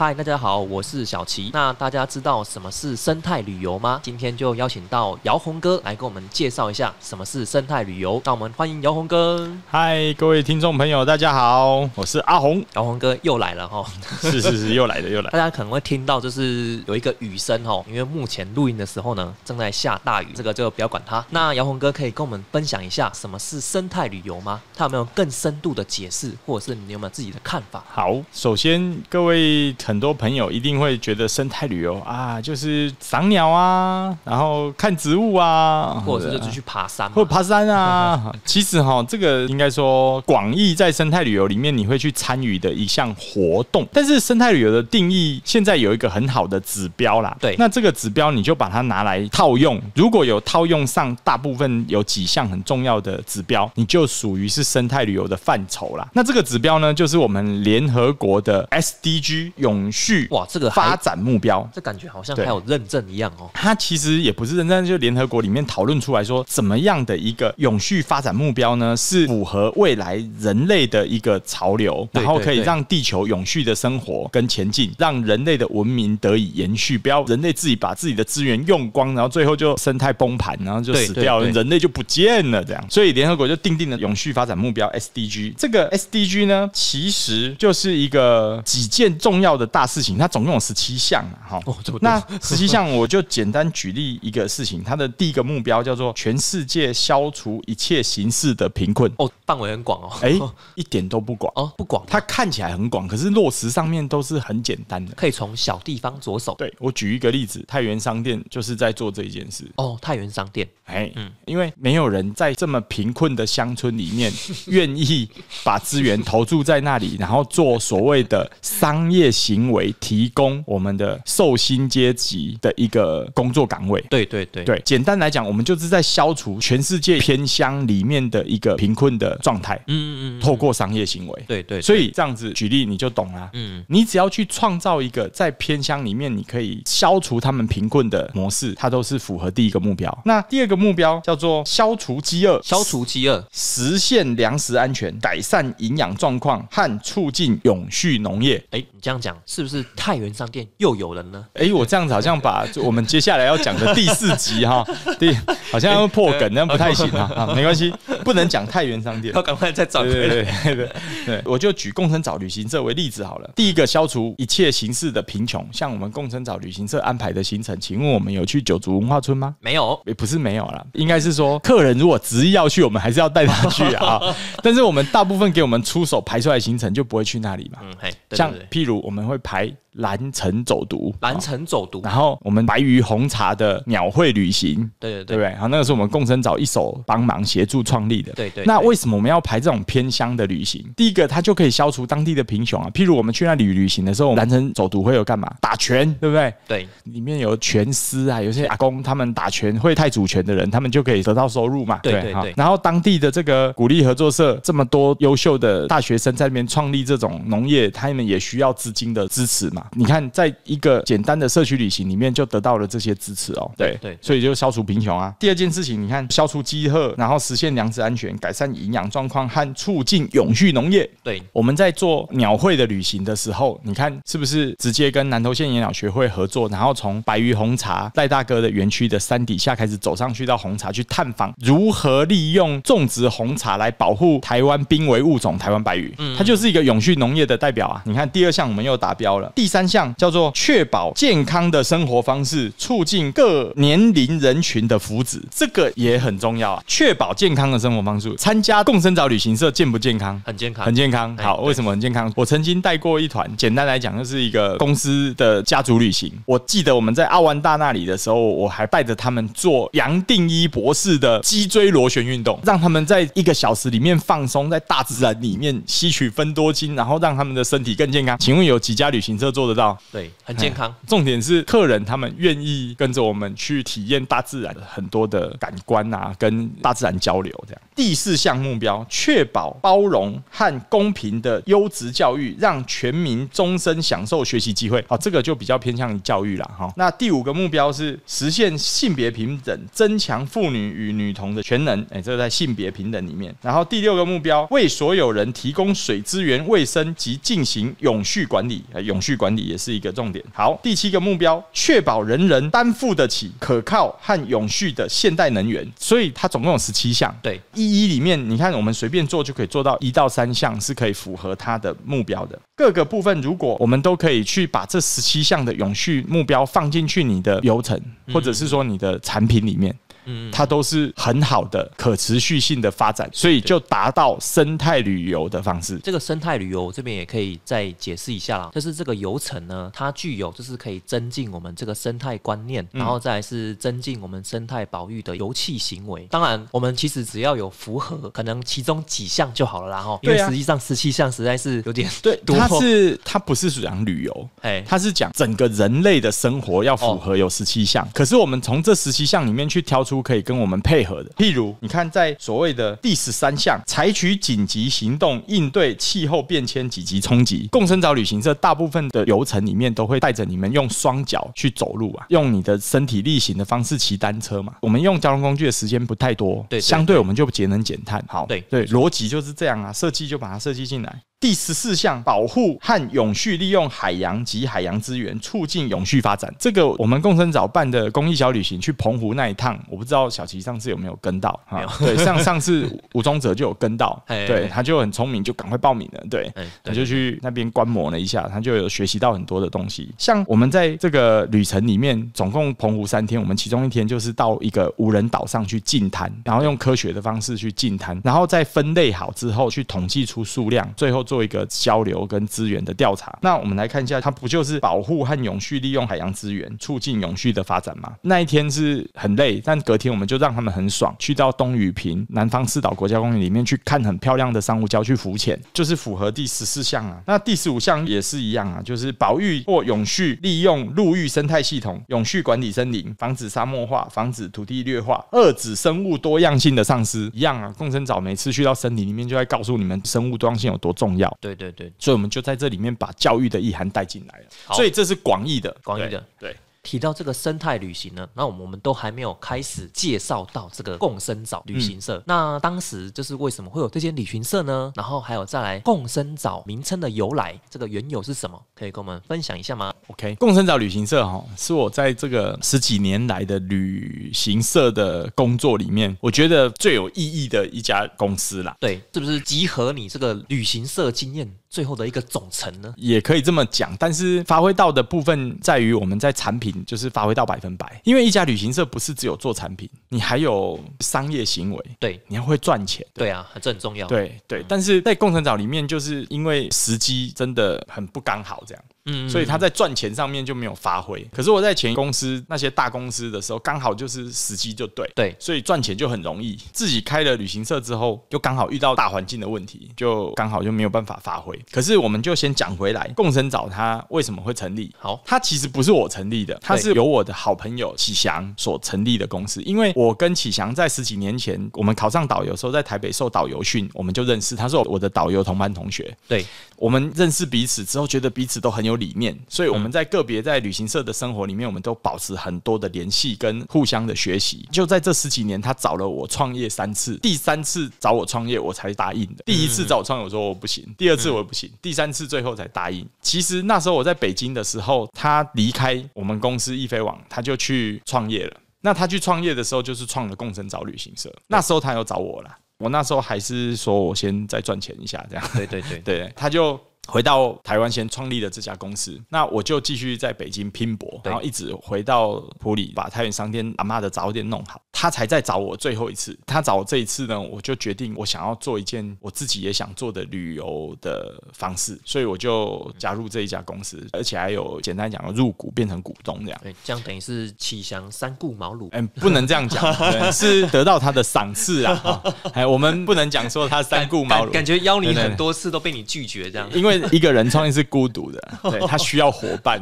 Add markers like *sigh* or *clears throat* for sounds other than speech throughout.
嗨，大家好，我是小齐。那大家知道什么是生态旅游吗？今天就邀请到姚红哥来跟我们介绍一下什么是生态旅游。那我们欢迎姚红哥。嗨，各位听众朋友，大家好，我是阿红。姚红哥又来了哈、 *laughs* 是是是，又来了又来了。大家可能会听到就是有一个雨声哦，因为目前录音的时候呢正在下大雨，这个就不要管它。那姚红哥可以跟我们分享一下什么是生态旅游吗？他有没有更深度的解释，或者是你有没有自己的看法？好，首先各位很多朋友一定会觉得生态旅游啊，就是赏鸟啊，然后看植物啊，或者是就是去爬山嘛？或者爬山啊。 *laughs* 其实哈，这个应该说广义在生态旅游里面，你会去参与的一项活动。但是生态旅游的定义现在有一个很好的指标啦，对那这个指标你就把它拿来套用，如果有套用上大部分有几项很重要的指标，你就属于是生态旅游的范畴啦。那这个指标呢，就是我们联合国的 SDG 永续哇，这个发还展目标。这感觉好像还对有认证一样哦。它其实也不是真正就联合国里面讨论出来说，怎么样的一个永续发展目标呢，是符合未来人类的一个潮流，对然后可对以对让地球永续的生活跟前进，让人类的文明得以延续，不要人类自己把自己的资源用光，然后最后就生态崩盘，然后就对死掉了，对对人类就不见了这样。所以联合国就定定了永续发展目标 SDG。这个 SDG 呢，其实就是一个几件重要的大事情，它总共有十七项啊哈。哦这么多那 *laughs* 实际上，我就简单举例一个事情，它的第一个目标叫做全世界消除一切形式的贫困。哦，范围很广哦。哎、一点都不广，哦，不广，它看起来很广，可是落实上面都是很简单的。可以从小地方着手。对我举一个例子，太原商店就是在做这一件事。哦，太原商店哎，因为没有人在这么贫困的乡村里面愿意把资源投注在那里，然后做所谓的商业行为，提供我们的受薪阶级的一个工作岗位。对对对，对，简单来讲，我们就是在消除全世界偏乡里面的一个贫困的状态，嗯嗯嗯，透过商业行为。对对，所以这样子举例你就懂啦、嗯，你只要去创造一个在偏乡里面你可以消除他们贫困的模式，它都是符合第一个目标。那第二个目标叫做消除饥饿，消除饥饿，实现粮食安全，改善营养状况和促进永续农业。哎，你这样讲是不是太原商店又有人呢？哎、我这样子好像把我们接下来要讲的第四集 *laughs* 哈，第好像要破梗，那不太行哎啊，啊没关系，不能讲太原 *laughs* 商 *laughs* 店。要赶快再找对对对对对，我就举共生岛旅行社为例子好了。第一个，消除一切形式的贫穷，像我们共生岛旅行社安排的行程，请问我们有去九族文化村吗？没有，也不是没有啦，应该是说客人如果执意要去，我们还是要带他去 *laughs* 啊。但是我们大部分给我们出手排出来的行程就不会去那里嘛。嗯，嘿，对像对对譬如我们会排蓝城走读，蓝城走读，然后我们白鱼红茶的鸟会旅行，对对对对不对？好，那个是我们共生早一手帮忙协助创立的。对对对那为什么我们要排这种偏乡的旅行？第一个，它就可以消除当地的贫穷啊。譬如我们去那里旅行的时候，我们南城走读会有干嘛？打拳，对不对？对，里面有拳师啊，有些阿公他们打拳会太祖拳的人，他们就可以得到收入嘛。对不对好对然后当地的这个鼓励合作社，这么多优秀的大学生在那边创立这种农业，他们也需要资金的支持嘛。你看，在一个简单的社区旅行里面就得到了这些支持哦。对对所以就消除贫穷啊。第二件事情，你看，消除饥饿，然后实现粮食安全，改善营养状况和促进永续农业。对我们在做鸟会的旅行的时候，你看是不是直接跟南投县野鸟学会合作，然后从白鱼红茶赖大哥的园区的山底下开始走上去到红茶去探访，如何利用种植红茶来保护台湾濒危物种台湾白鱼，它就是一个永续农业的代表啊。你看第二项我们又达标了，第三项叫做确保健康的生活方式，促进各年龄人群的福祉，这个也很重要啊。确保健康的生活方式，参加共生岛旅行社健不健康？很健康，很健康。哎好，对为什么很健康？我曾经带过一团，简单来讲就是一个公司的家族旅行。我记得我们在奥万大那里的时候，我还带着他们做杨定一博士的脊椎螺旋运动，让他们在一个小时里面放松，在大自然里面吸取分多精，然后让他们的身体更健康。请问有几家旅行社做得到。对，很健康。重点是客人他们愿意跟着我们去体验大自然很多的感官啊，跟大自然交流这样。第四项目标，确保包容和公平的优质教育，让全民终身享受学习机会。哦，这个就比较偏向于教育啦。哈、那第五个目标是实现性别平等，增强妇女与女童的全能。哎、这个在性别平等里面。然后第六个目标，为所有人提供水资源、卫生及进行永续管理。呃，永续管理也是一个重点。好，第七个目标，确保人人担负得起可靠和永续的现代能源。所以它总共有十七项。对，一一里面，你看我们随便做就可以做到一到三项是可以符合它的目标的。各个部分如果我们都可以去把这十七项的永续目标放进去你的流程，或者是说你的产品里面。嗯，它都是很好的可持续性的发展，所以就达到生态旅游的方式。这个生态旅游这边也可以再解释一下啦，就是这个游程呢，它具有就是可以增进我们这个生态观念，嗯然后再来是增进我们生态保育的游憩行为。当然，我们其实只要有符合可能其中几项就好了啦哈，因为对啊实际上十七项实在是有点对，多它是它不是讲旅游，哎，它是讲整个人类的生活要符合有十七项，可是我们从这十七项里面去挑出可以跟我们配合的，譬如你看在所谓的第十三项，采取紧急行动应对气候变迁及其冲击。共生岛旅行社大部分的游程里面都会带着你们用双脚去走路啊，用你的身体力行的方式骑单车嘛。我们用交通工具的时间不太多，对对相对我们就节能减碳。好，对对，逻辑就是这样啊，设计就把它设计进来。第十四项，保护和永续利用海洋及海洋资源，促进永续发展。这个我们共生早办的公益小旅行去澎湖那一趟，我不知道小齐上次有没有跟到啊没有？对，上上次吴宗哲就有跟到， *laughs* 嘿对，嘿他就很聪明，就赶快报名了，对。哎，他对就去那边观摩了一下，他就有学习到很多的东西。像我们在这个旅程里面，总共澎湖三天，我们其中一天就是到一个无人岛上去净滩，然后用科学的方式去净滩，然后再分类好之后去统计出数量，最后做一个交流跟资源的调查。那我们来看一下，它不就是保护和永续利用海洋资源，促进永续的发展吗？那一天是很累，但隔天我们就让他们很爽，去到东屿坪南方四岛国家公园里面去看很漂亮的珊瑚礁，去浮潜，就是符合第十四项啊。那第十五项也是一样啊，就是保育或永续利用陆域生态系统，永续管理森林，防止沙漠化，防止土地劣化，遏制生物多样性的丧失。一样啊，共生藻每次去到森林里面，就在告诉你们生物多样性有多重要。对对对，所以我们就在这里面把教育的意涵带进来了，好所以这是广义的，广义的对，对，提到这个生态旅行呢，那我们我们都还没有开始介绍到这个共生藻旅行嗯社。那当时就是为什么会有这间旅行社呢？然后还有再来共生藻名称的由来，这个缘由是什么？可以跟我们分享一下吗？ OK，共生岛旅行社哈，是我在这个十几年来的旅行社的工作里面，我觉得最有意义的一家公司啦。对，是不是集合你这个旅行社经验最后的一个总成呢？也可以这么讲，但是发挥到的部分在于我们在产品就是发挥到百分百，因为一家旅行社不是只有做产品，你还有商业行为，对，你要会赚钱。对啊，这很重要。，对对，但是在共产岛里面，就是因为时机真的很不刚好，这样，嗯所以他在赚钱上面就没有发挥。可是我在前公司那些大公司的时候，刚好就是时机就对，对所以赚钱就很容易。自己开了旅行社之后，就刚好遇到大环境的问题，就刚好就没有办法发挥。可是我们就先讲回来，共生找它为什么会成立？好，它其实不是我成立的，它对是由我的好朋友启祥所成立的公司。因为我跟启祥在十几年前，我们考上导游的时候，在台北受导游训，我们就认识。他是我的导游同班同学，对，我们认识彼此之后，觉得彼此都很有理念，所以我们在个别在旅行社的生活里面，我们都保持很多的联系跟互相的学习。就在这十几年，他找了我创业三次，第三次找我创业我才答应的。第一次找我创业，我说我不行；第二次我不行，第三次最后才答应。其实那时候我在北京的时候，他离开我们公司易飞网，他就去创业了。那他去创业的时候，就是创了共生找旅行社。那时候他有找我啦，我那时候还是说我先再赚钱一下这样。对对对， *laughs* 对，他就回到台湾先创立了这家公司，那我就继续在北京拼搏，对然后一直回到普里，把太原商店阿妈的早点弄好，他才再找我最后一次。他找我这一次呢，我就决定我想要做一件我自己也想做的旅游的方式，所以我就加入这一家公司，而且还有简单讲入股变成股东这样。对，这样等于是启祥三顾茅庐。嗯，不能这样讲，对是得到他的赏赐啊！哈哎，我们不能讲说他三顾茅感庐，感觉邀你对对对很多次都被你拒绝，这样因为为一个人创业是孤独的， *laughs* 对他需要伙伴，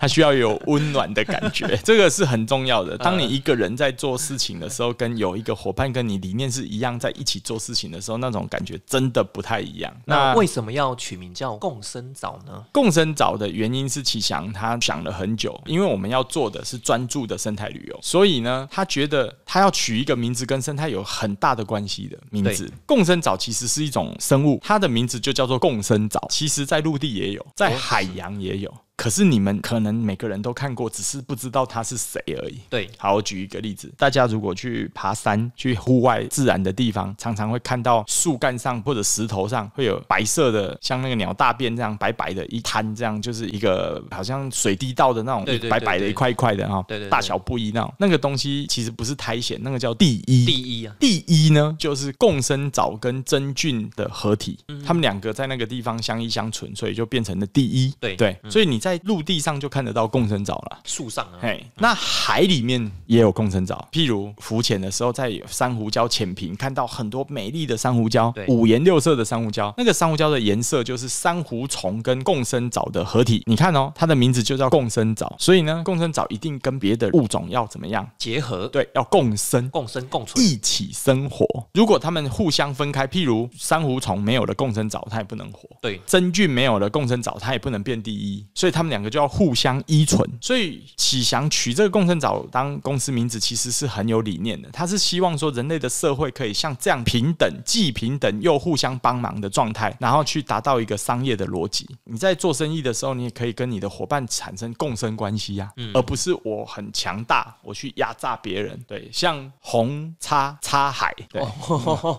他需要有温暖的感觉，这个是很重嗯要的。当你一个人在做事情的时候，跟有一个伙伴跟你理念是一样，在一起做事情的时候，那种感觉真的不太一样。那为什么要取名叫共生藻呢？共生藻的原因是启祥他想了很久，因为我们要做的是专注的生态旅游，所以呢，他觉得他要取一个名字跟生态有很大的关系的名字对。共生藻其实是一种生物，它的名字就叫做共生藻。其实，在陆地也有，在海洋也有。可是你们可能每个人都看过，只是不知道它是谁而已。对，好，我举一个例子，大家如果去爬山、去户外自然的地方，常常会看到树干上或者石头上会有白色的，像那个鸟大便这样白白的一滩，这样就是一个好像水滴到的那种对对白白的对对一块一块的哈对对，对大小不一那种。那个东西其实不是苔藓，那个叫地衣。第一啊，第一呢，就是共生藻跟真菌的合体，嗯它们两个在那个地方相依相存，所以就变成了第一。对嗯对，所以你在陆地上就看得到共生藻了。树上啊，嘿，那海里面也有共生藻，譬如浮潜的时候，在珊瑚礁浅屏看到很多美丽的珊瑚礁对，五颜六色的珊瑚礁。那个珊瑚礁的颜色就是珊瑚虫跟共生藻的合体。你看哦，它的名字就叫共生藻，所以呢，共生藻一定跟别的物种要怎么样？结合对，要共生。共生共存，一起生活。如果他们互相分开，譬如珊瑚虫没有了共生藻，它也不能活；对真菌没有了共生藻，它也不能变第一。所以他们两个就要互相依存。所以启祥取这个共生藻当公司名字，其实是很有理念的。他是希望说人类的社会可以像这样平等，既平等又互相帮忙的状态，然后去达到一个商业的逻辑。你在做生意的时候，你也可以跟你的伙伴产生共生关系呀、而不是我很强大，我去压榨别人。对，像红叉叉海，对，哦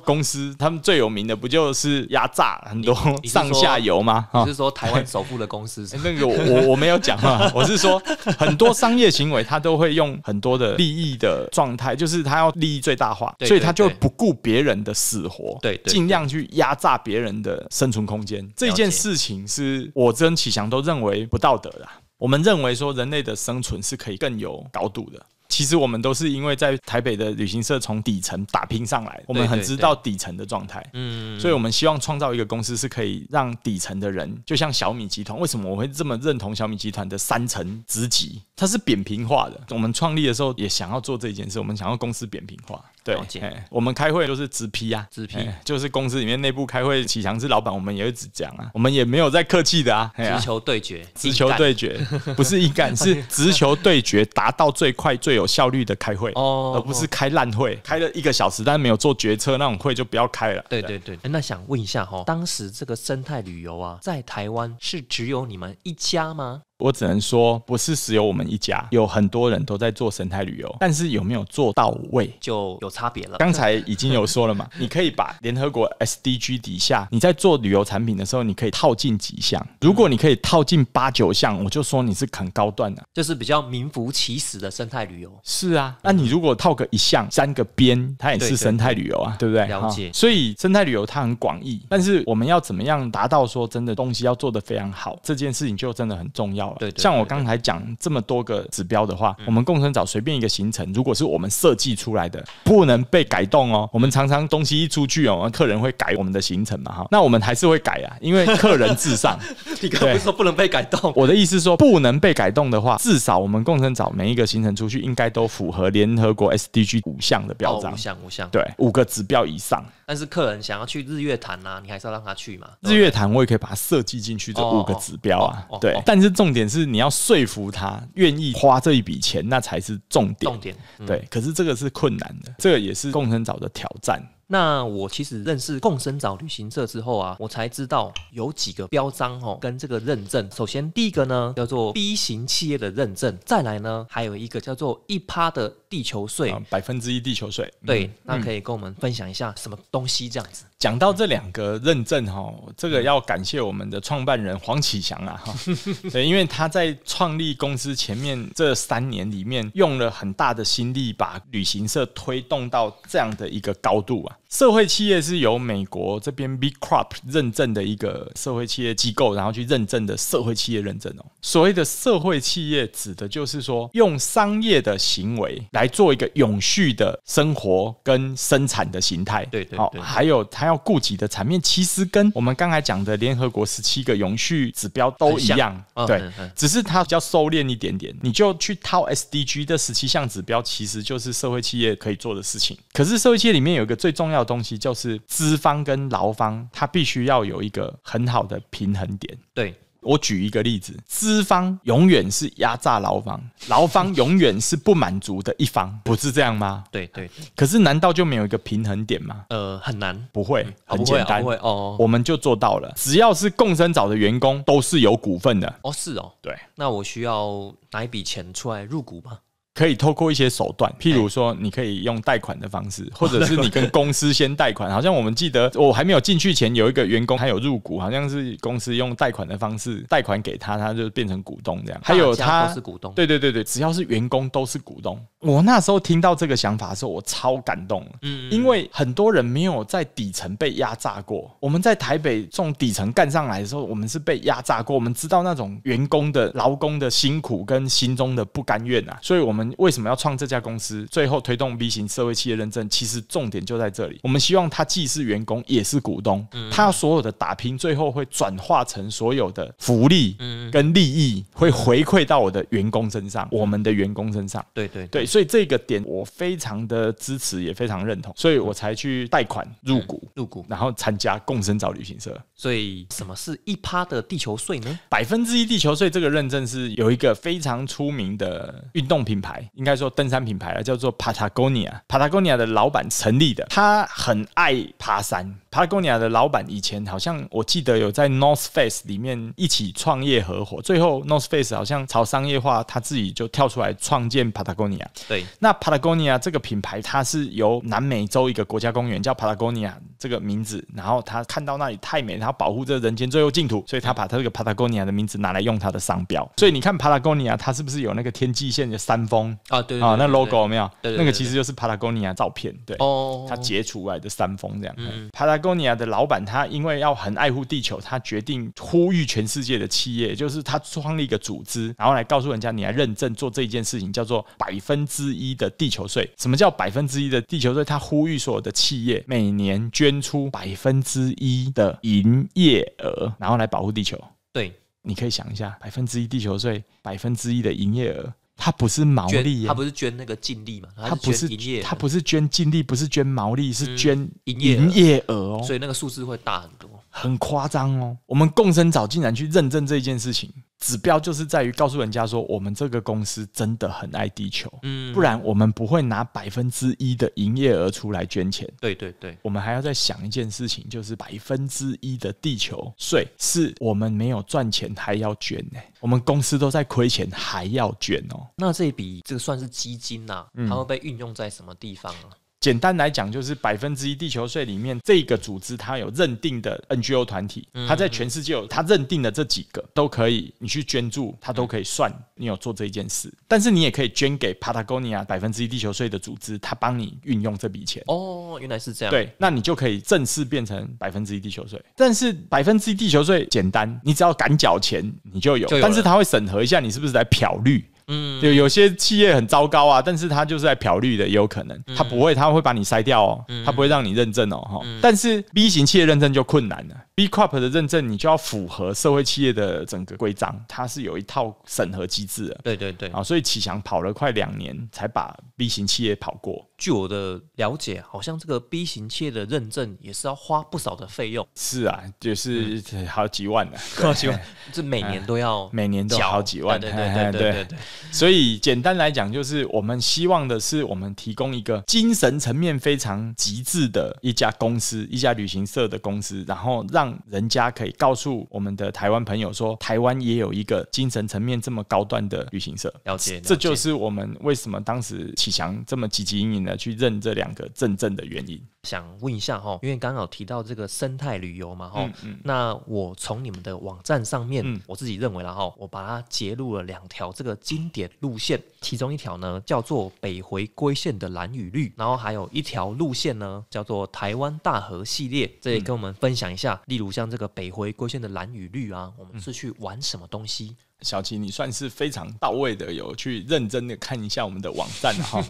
公司他们最有名的不就是压榨很多你是说上下游吗？你啊是说台湾首富的公司是吗？那个我我我没有讲 *laughs* 啊，我是说很多商业行为，他都会用很多的利益的状态，就是他要利益最大化，对所以他对就对不顾别人的死活，对对尽量去压榨别人的生存空间。这件事情是我跟启祥都认为不道德的啊。我们认为说人类的生存是可以更有高度的。其实我们都是因为在台北的旅行社从底层打拼上来，我们对很对知对道底层的状态。嗯，所以我们希望创造一个公司是可以让底层的人，就像小米集团，为什么我会这么认同小米集团的三层职级？它是扁平化的。我们创立的时候也想要做这件事，我们想要公司扁平化。对了解，哎我们开会都是直批啊，直批哎就是公司里面内部开会，启强是老板，我们也会只讲啊，我们也没有在客气的啊，哎呀直球对决，直球硬干对决不是 *laughs* 硬干，是直球对决，达到最快最有效率的开会，哦而不是开烂会，开了一个小时但没有做决策那种会就不要开了。对对对，哎诶那想问一下哈、当时这个生态旅游啊，在台湾是只有你们一家吗？我只能说，不是只有我们一家，有很多人都在做生态旅游，但是有没有做到位？就有差别了。刚才已经有说了嘛，你可以把联合国 SDG 底下，你在做旅游产品的时候，你可以套进几项。如果你可以套进八九项，我就说你是很高端的、就是比较名副其实的生态旅 *laughs* 游，是啊，那你如果套个一项三个边，它也对是生态旅游啊，对不对？了解哈所以生态旅游它很广义，但是我们要怎么样达到说真的东西要做得非常好，这件事情就真的很重要了。对对嗯像我刚才讲这么多个指标的话，我们共生找随便一个行程，如果是我们设计出来的，不能被改动哦。我们常常东西一出去哦，客人会改我们的行程嘛哈，那我们还是会改啊，因为客人至 *laughs* 上。你刚不是说不能被改动？我的意思是说，不能被改动的话，至少我们共同找每一个行程出去，应该都符合联合国 SDG 五项的标哦，章。无相无相。对，五个指标以上，但是客人想要去日月潭呐、你还是要让他去嘛。日月潭我也可以把它设计进去这哦五个指标啊哦哦。对哦，但是重点是你要说服他愿意花这一笔钱，那才是重点重。点。嗯对，可是这个是困难的，这个也是共同找的挑战。那我其实认识共生藻旅行社之后啊，我才知道有几个标章哦，跟这个认证。首先第一个呢叫做 B 型企业的认证，再来呢还有一个叫做一趴的地球税。啊，百分之一地球嗯税。对，那可以跟我们分享一下什么东西这样子？讲到这两个认证哈，这个要感谢我们的创办人黄启祥啊哈， *laughs* 对，因为他在创立公司前面这三年里面，用了很大的心力把旅行社推动到这样的一个高度啊。啊。社会企业是由美国这边 B Corp 认证的一个社会企业机构，然后去认证的社会企业认证哦。所谓的社会企业，指的就是说用商业的行为来做一个永续的生活跟生产的形态。对对好、对还有它要顾及的层面，其实跟我们刚才讲的联合国十七个永续指标都一样很像，对嗯嗯嗯，只是它比较收敛一点点。你就去套 SDG 的十七项指标，其实就是社会企业可以做的事情。可是社会企业里面有一个最重要的东西，就是资方跟劳方，它必须要有一个很好的平衡点。对，我举一个例子，资方永远是压榨劳方， *laughs* 劳方永远是不满足的一方，不是这样吗？对 *laughs* 对对，可是难道就没有一个平衡点吗？呃，很难，不会，哦很不会简啊单，不会哦我们就做到了。只要是共生找的员工，都是有股份的，哦是哦，对，那我需要拿一笔钱出来入股吗？可以透过一些手段，譬如说，你可以用贷款的方哦式，或者是你跟公司先 *laughs* 贷款。好像我们记得，我还没有进去前，有一个员工他有入股，好像是公司用贷款的方式贷款给他，他就变成股东这样。还有大家他都是股东，对对对对，只要是员工都是股东。我那时候听到这个想法的时候，我超感动了，嗯因为很多人没有在底层被压榨过。我们在台北从底层干上来的时候，我们是被压榨过，我们知道那种员工的劳工的辛苦跟心中的不甘愿啊。所以，我们为什么要创这家公司？最后推动 B 型社会企业认证，其实重点就在这里。我们希望它既是员工，也是股东，它所有的打拼，最后会转化成所有的福利跟利益，会回馈到我的员工身上，我们的员工身上。对对对，所以这个点我非常的支持，也非常认同，所以我才去贷款入股，入股，然后参加共生找旅行社。所以什么是一趴的地球税呢？百分之一地球税这个认证是有一个非常出名的运动品牌，应该说登山品牌了，叫做 Patagonia。Patagonia 的老板成立的，他很爱爬山。Patagonia 的老板以前好像我记得有在 North Face 里面一起创业合伙，最后 North Face 好像朝商业化，他自己就跳出来创建 Patagonia。对，那 Patagonia 这个品牌，它是由南美洲一个国家公园叫 Patagonia 这个名字，然后他看到那里太美，然后保护这人间最后净土，所以他把他这个 Patagonia 的名字拿来用它的商标。所以你看 Patagonia，它是不是有那个天际线的山峰啊对啊？对那对 logo 有没有？对对对那个其实就是 Patagonia 照片，对。哦，嗯他截出来的山峰这样。Patagonia 的老板他因为要很爱护地球，他决定呼吁全世界的企业，就是他创立一个组织，然后来告诉人家你来认证做这一件事情，叫做百分之一的地球税。什么叫百分之一的地球税？他呼吁所有的企业每年捐出百分之一的营业额，然后来保护地球。对你可以想一下，百分之一地球税，百分之一的营业额，它不是毛利捐，耶、他不是捐那个净利嘛，他不是是捐营业额，嗯他不是捐净利，不是捐毛利，是捐营业额营业额哦，所以那个数字会大很多。很夸张哦。我们共生早竟然去认证这件事情，指标就是在于告诉人家说，我们这个公司真的很爱地球，嗯不然我们不会拿百分之一的营业额出来捐钱。对对对，我们还要再想一件事情，就是百分之一的地球税是我们没有赚钱还要捐呢、我们公司都在亏钱还要捐哦。那这一笔这个算是基金呐、嗯它会被运用在什么地方啊？简单来讲，就是百分之一地球税里面这个组织，它有认定的 NGO 团体，它在全世界有它认定的这几个都可以，你去捐助，它都可以算你有做这一件事。但是你也可以捐给 Patagonia 百分之一地球税的组织，它帮你运用这笔钱。哦，原来是这样。，对，那你就可以正式变成百分之一地球税。但是百分之一地球税简单，你只要敢缴钱，你就有。就有了但是它会审核一下你是不是在漂绿。嗯，有有些企业很糟糕啊，但是它就是在漂绿的，也有可能，嗯它不会，它会把你筛掉哦，它不会让你认证哦，哈、嗯但是 B 型企业认证就困难了，B Corp 的认证你就要符合社会企业的整个规章，它是有一套审核机制的对对对。啊，所以启翔跑了快两年才把 B 型企业跑过。据我的了解，好像这个 B 型切的认证也是要花不少的费用，是啊，就是好几万 *laughs* 啊呢、嗯好几万，这每年都要哎每年都缴好几万哎对对对对对对对，所以简单来讲，就是我们希望的是，我们提供一个精神层面非常极致的一家公司，一家旅行社的公司，然后让人家可以告诉我们的台湾朋友说，台湾也有一个精神层面这么高端的旅行社。了解。这了解就是我们为什么当时启强这么积极营营的去认这两个证证的原因。想问一下哈，因为刚好提到这个生态旅游嘛哈嗯，嗯那我从你们的网站上面，嗯我自己认为啦哈，我把它截录了两条这个经典路线，其中一条呢叫做北回归线的蓝与绿，然后还有一条路线呢叫做台湾大河系列，这也跟我们分享一嗯下，例如像这个北回归线的蓝与绿啊，我们是去玩什么东西？小齐，你算是非常到位的，有去认真的看一下我们的网站 *laughs* 了哈。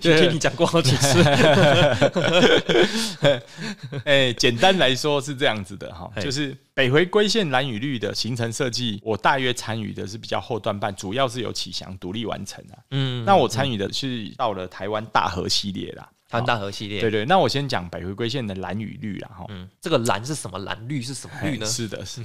听你讲过好几次， *laughs* 哎、简单来说是这样子的哈，嘿就是北回归线蓝与绿的行程设计，我大约参与的是比较后段半，主要是由启祥独立完成啊。嗯，那我参与的是到了台湾大河系列啦。台湾大河系列，对对，那我先讲北回归线的蓝与绿啦哈。嗯，这个蓝是什么蓝，绿是什么绿呢哎？是的， *laughs* 是。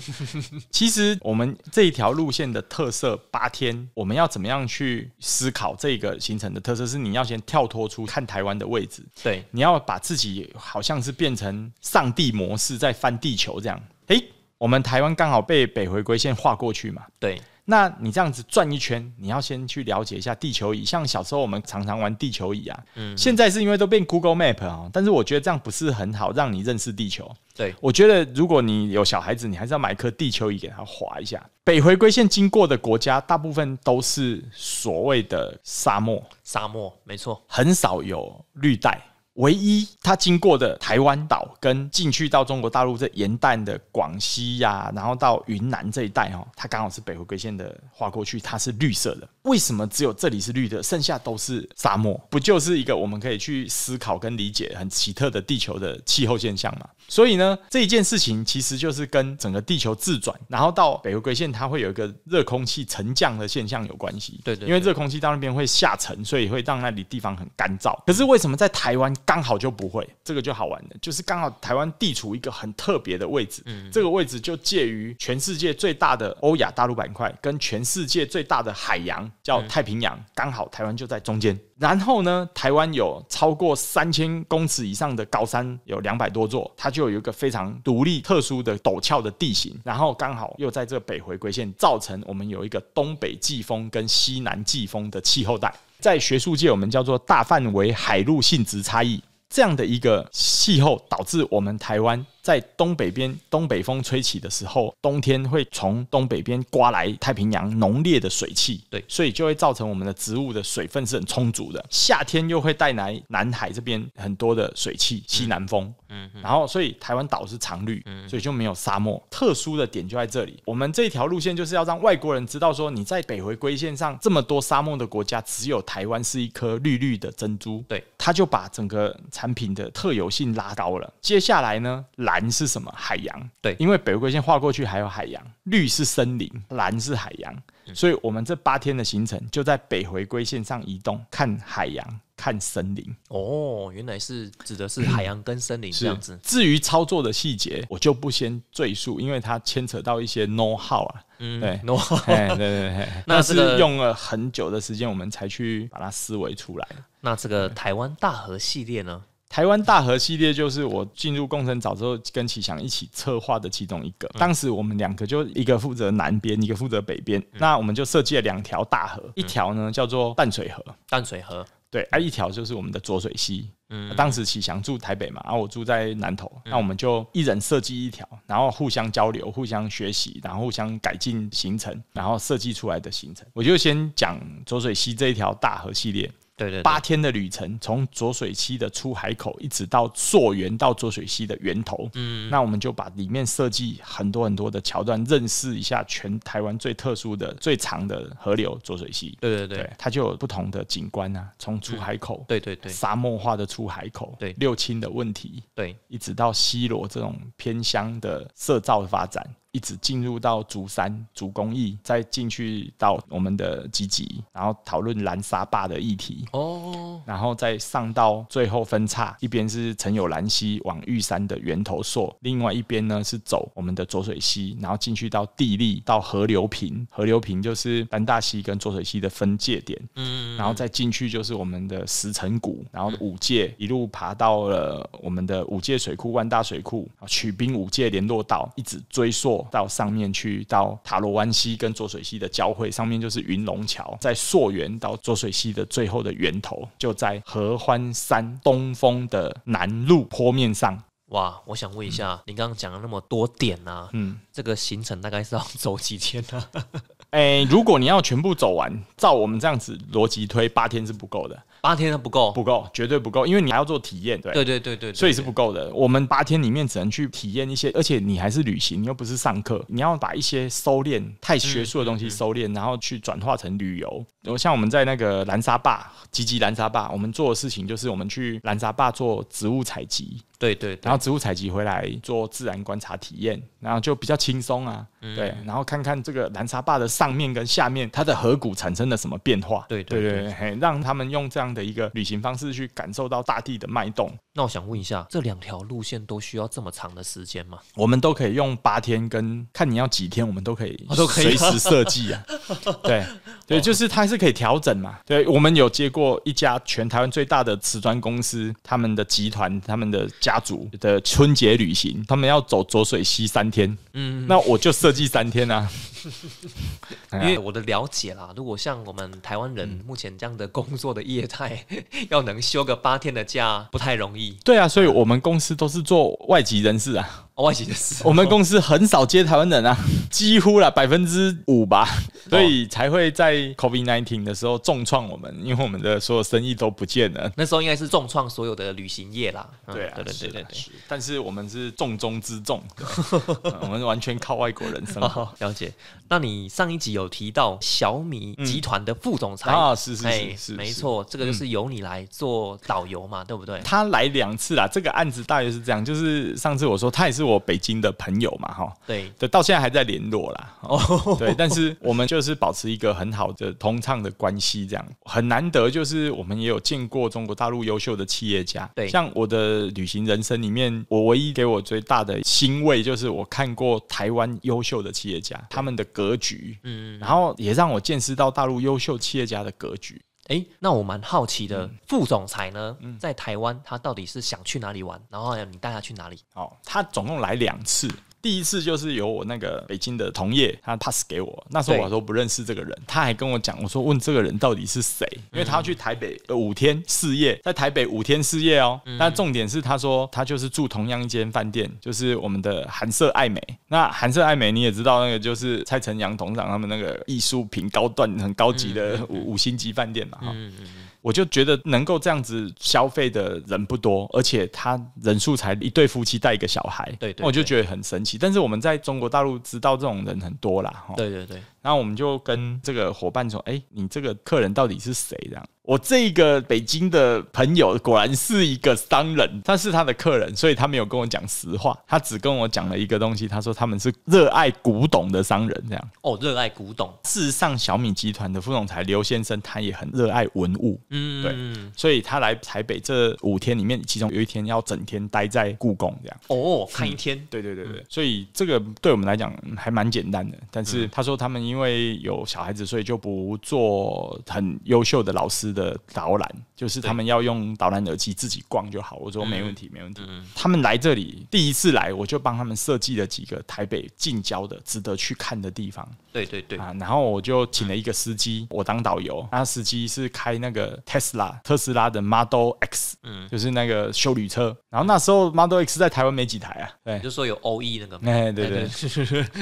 其实我们这一条路线的特色，八天我们要怎么样去思考这个行程的特色？是你要先跳脱出看台湾的位置，对，你要把自己好像是变成上帝模式，在翻地球这样。诶，我们台湾刚好被北回归线划过去嘛。对，那你这样子转一圈，你要先去了解一下地球仪。像小时候我们常常玩地球仪啊，现在是因为都变 Google Map 啊、但是我觉得这样不是很好，让你认识地球。对，我觉得如果你有小孩子，你还是要买一颗地球仪给他划一下。北回归线经过的国家，大部分都是所谓的沙漠，沙漠，没错，很少有绿带。唯一它经过的台湾岛跟进去到中国大陆这沿岸的广西呀、然后到云南这一带哦，它刚好是北回归线的划过去，它是绿色的。为什么只有这里是绿的，剩下都是沙漠？不就是一个我们可以去思考跟理解很奇特的地球的气候现象嘛？ *laughs* 所以呢，这一件事情其实就是跟整个地球自转，然后到北回归线，它会有一个热空气沉降的现象有关系。对对对因为这空气到那边会下沉，所以会让那里地方很干燥。可是为什么在台湾刚好就不会？这个就好玩了，就是刚好台湾地处一个很特别的位置，这个位置就介于全世界最大的欧亚大陆板块跟全世界最大的海洋叫太平洋，刚好台湾就在中间。然后呢，台湾有超过三千公尺以上的高山，有两百多座，它就有一个非常独立、特殊的陡峭的地形。然后刚好又在这北回归线，造成我们有一个东北季风跟西南季风的气候带，在学术界我们叫做大范围海陆性质差异。这样的一个气候，导致我们台湾在东北边东北风吹起的时候，冬天会从东北边刮来太平洋浓烈的水汽，对所以就会造成我们的植物的水分是很充足的。夏天又会带来南海这边很多的水汽，西南风，嗯，然后所以台湾岛是常绿，嗯所以就没有沙漠。特殊的点就在这里，我们这条路线就是要让外国人知道说，你在北回归线上这么多沙漠的国家，只有台湾是一颗绿绿的珍珠，对，它就把整个产品的特有性拉高了。接下来呢，蓝是什么？海洋，对因为北回归线划过去还有海洋，绿是森林，蓝是海洋，嗯所以我们这八天的行程就在北回归线上移动，看海洋，看森林。哦，原来是指的 *clears throat* 是海洋跟森林这样子，至于操作的细节，我就不先赘述，因为它牵扯到一些 know how 啊。嗯对 no，哎，对对对，那 *laughs* 那这个是用了很久的时间，我们才去把它思维出来。那这个台湾大河系列呢？台湾大河系列就是我进入共生早之后跟启祥一起策划的其中一个。当时我们两个就一个负责南边，一个负责北边。那我们就设计了两条大河，一条呢叫做淡水河，淡水河，对，啊，一条就是我们的浊水溪。嗯嗯，当时启祥住台北嘛，啊，我住在南投，那我们就一人设计一条，然后互相交流、互相学习，然后互相改进行程，然后设计出来的行程。我就先讲浊水溪这一条大河系列，对对对八天的旅程，从浊水溪的出海口一直到溯源到浊水溪的源头。嗯，那我们就把里面设计很多很多的桥段，认识一下全台湾最特殊的、最长的河流浊水溪。对对对它就有不同的景观啊，从出海口、对对对沙漠化的出海口，对六亲的问题，对，一直到西罗这种偏乡的社造发展，一直进入到竹山、竹工艺，再进去到我们的集集，然后讨论蓝沙坝的议题。哦，然后再上到最后分叉，一边是陈友兰溪往玉山的源头溯，另外一边呢是走我们的浊水溪，然后进去到地利到河流坪，河流坪就是丹大溪跟浊水溪的分界点，嗯，然后再进去就是我们的石城谷，然后五界一路爬到了我们的五界水库、万大水库，啊曲滨五界联络道，一直追溯到上面去，到塔罗湾溪跟浊水溪的交汇，上面就是云龙桥，再溯源到浊水溪的最后的源头，就在合欢山东峰的南路坡面上。哇，我想问一下，你刚刚讲了那么多点啊，嗯，这个行程大概是要 *laughs* 走几天呢、 *laughs* 啊？哎、如果你要全部走完，照我们这样子逻辑推，八天是不够的，八天都不够。不够，绝对不够，因为你还要做体验，对。对对对对对，所以是不够的。我们八天里面只能去体验一些，而且你还是旅行，你又不是上课，你要把一些收敛、太学术的东嗯西收敛，然后去转化成旅游。我像我们在那个兰沙坝，吉吉兰沙坝，我们做的事情就是我们去兰沙坝做植物采集，对对对然后植物采集回来做自然观察体验，然后就比较轻松啊，嗯对，然后看看这个南沙坝的上面跟下面它的河谷产生了什么变化，对对对对，嘿让他们用这样的一个旅行方式去感受到大地的脉动。那我想问一下，这两条路线都需要这么长的时间吗？我们都可以用八天跟看你要几天，我们都可以哦都可以随时设 *laughs* 计啊。对对，就是它还是可以调整嘛。对我们有接过一家全台湾最大的瓷砖公司，他们的集团、他们的家族的春节旅行，他们要走浊水溪三天，嗯，那我就设计三天啊。哎因为我的了解啦，如果像我们台湾嗯人目前这样的工作的业态， *laughs* 要能休个八天的假不太容易。对啊，所以我们公司都是做外籍人士啊，哦外籍的事， *laughs* *laughs* 我们公司很少接台湾人啊， *laughs* 几乎啦百分之五吧，哦所以才会在 COVID nineteen 的时候重创我们，因为我们的所有生意都不见了。啊那时候应该是重创所有的旅行业啦。嗯对对对对对。是但是我们是重中之 *laughs* 重，对 *laughs* 嗯我们完全靠外国人生活。哦，了解。那你上一集有提到小米集团的副总裁啊是是是哎是是嗯没错，这个就是由你来做导游嘛，对不对？他来两次啦，这个案子大约是这样，就是上次我说他也是我北京的朋友嘛，哈，对，对，到现在还在联络啦。哦，对，但是我们就是保持一个很好的通畅的关系，这样很难得。就是我们也有见过中国大陆优秀的企业家，对像我的旅行人生里面，我唯一给我最大的欣慰就是我看过台湾优秀的企业家他们的格局，嗯，然后也让我见识到大陆优秀企业家的格局。哎，那我蛮好奇的，嗯副总裁呢，在台湾他到底是想去哪里玩？然后你带他去哪里？哦，他总共来两次。第一次就是由我那个北京的同业，他 pass 给我，那时候对我都不认识这个人，他还跟我讲，我说问这个人到底是谁，因为他要去台北呃五天四夜，在台北五天四夜哦。那重点是他说他就是住同样一间饭店，就是我们的韩舍爱美。那韩舍爱美你也知道，那个就是蔡成阳董事长他们那个艺术品高段很高级的五五星级饭店嘛哈。我就觉得能够这样子消费的人不多，而且他人数才一对夫妻带一个小孩，对对我就觉得很神奇。但是我们在中国大陆知道这种人很多啦，哈，对对对，然后我们就跟这个伙伴说：“哎、你这个客人到底是谁？”这样，我这个北京的朋友果然是一个商人，他是他的客人，所以他没有跟我讲实话，他只跟我讲了一个东西，他说他们是热爱古董的商人，这样。哦，热爱古董，事实上，小米集团的副总裁刘先生他也很热爱文物，嗯，对，所以他来台北这五天里面，其中有一天要整天待在故宫这样。哦，看一天，对对对对，所以这个对我们来讲嗯还蛮简单的。但是他说他们因为有小孩子，所以就不做很优秀的老师的导览，就是他们要用导览耳机自己逛就好。我说没问题，没问题。他们来这里第一次来，我就帮他们设计了几个台北近郊的值得去看的地方。对对对，啊，然后我就请了一个司机，我当导游。那司机是开那个 Tesla 特斯拉的 Model X，嗯，就是那个修旅车。然后那时候 Model X 在台湾没几台啊，对你，就说有 O E 那个嘛，哎，对对，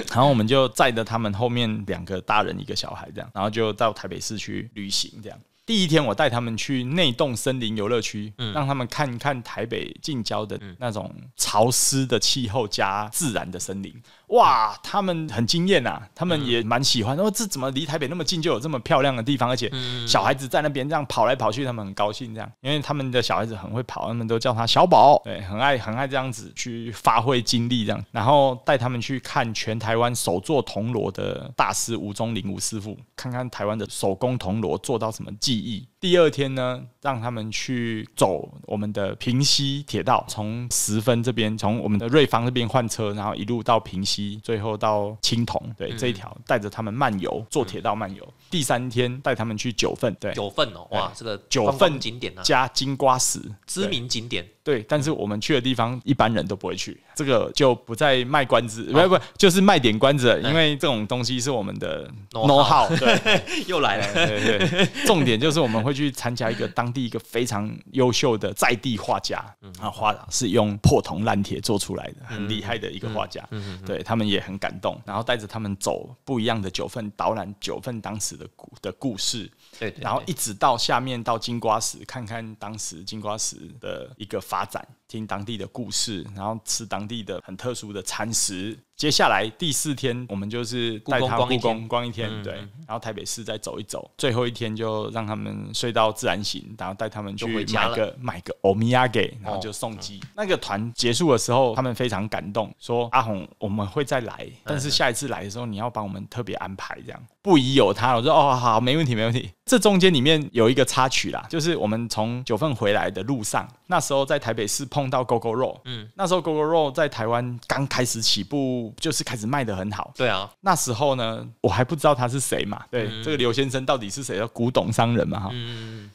然后我们就载着他们后面两个大人一个小孩这样，然后就到台北市区旅行这样。第一天我带他们去内洞森林游乐区，让他们看一看台北近郊的那种潮湿的气候加自然的森林。哇，他们很惊艳呐，他们也蛮喜欢。哦，这怎么离台北那么近就有这么漂亮的地方？而且小孩子在那边这样跑来跑去，他们很高兴这样，因为他们的小孩子很会跑，他们都叫他小宝，对，很爱很爱这样子去发挥精力这样。然后带他们去看全台湾手做铜锣的大师吴宗林吴师傅，看看台湾的手工铜锣做到什么技艺。第二天呢，让他们去走我们的平西铁道，从十分这边，从我们的瑞芳这边换车，然后一路到平西，最后到青铜，对、嗯这一条，带着他们漫游，坐铁道漫游。第三天带他们去九份，对，九份哦，哇，这个九观光份景点啊，加金瓜石，知名景点，对，但是我们去的地方一般人都不会去，这个就不再卖关子，不、不，就是卖点关子了，因为这种东西是我们的哎 Know know how how，对。又来了。对对对，重点就是我们会去参加一个当地一个非常优秀的在地画家，啊，画是用破铜烂铁做出来的，很厉害的一个画家。对他们也很感动，然后带着他们走不一样的九份，导览九份当时的故的故事。对对对然后一直到下面到金瓜石，看看当时金瓜石的一个发展，听当地的故事，然后吃当地的很特殊的餐食。接下来第四天，我们就是带故宫他逛一故天嗯宫逛一天，对，然后台北市再走一走，最后一天就让他们睡到自然醒，然后带他们去就回家买了个买个欧米亚给，然后就送机。那个团结束的时候，他们非常感动，说阿红我们会再来，但是下一次来的时候你要帮我们特别安排这样，不疑有他。我说哦好，没问题没问题。这中间里面有一个插曲啦，就是我们从九份回来的路上，那时候在台北市碰到 GoGo 肉，嗯，那时候 GoGo 肉在台湾刚开始起步，就是开始卖的很好，对啊，那时候呢，我还不知道他是谁嘛，对，这个刘先生到底是谁？叫古董商人嘛，哈、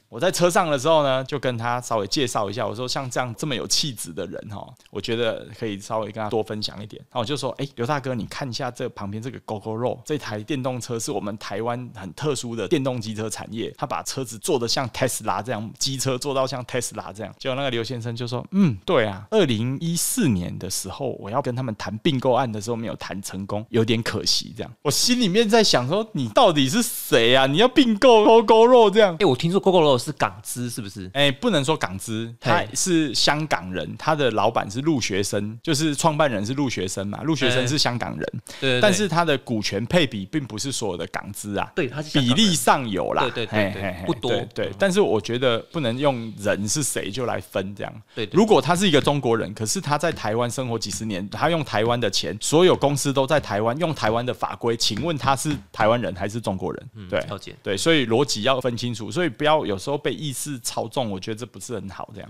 我在车上的时候呢，就跟他稍微介绍一下，我说像这样这么有气质的人哈，我觉得可以稍微跟他多分享一点。然后我就说，哎、刘大哥，你看一下这旁边这个 GoGo 肉，这台电动车是我们台湾很特殊的电动机车产业，他把车子做的像 Tesla 这样，机车做到像 Tesla 这样。结果那个刘先生就说，嗯，对啊，二零一四年的时候，我要跟他们谈并购案的时候没有谈成功，有点可惜。这样，我心里面在想说，你到底是谁啊？你要并购 GoGo 肉这样？哎，我听说 GoGo 肉是港资，是不是？哎、不能说港资，他嘿是香港人，他的老板是陆学生，就是创办人是陆学生嘛，陆学生哎是香港人，对对但是他的股权配比并不是所有的港资啊，对他是香港比人例上有啦，对对对对嘿嘿嘿不多嗯对对，但是我觉得不能用人是谁就来分这样，对对如果他是一个中国人，可是他在台湾生活几十年，他用台湾的钱，所有公司都在台湾用台湾的法规，请问他是台湾人还是中国人？对，嗯了解对，所以逻辑要分清楚，所以不要有时候被意识操纵，我觉得这不是很好。这样、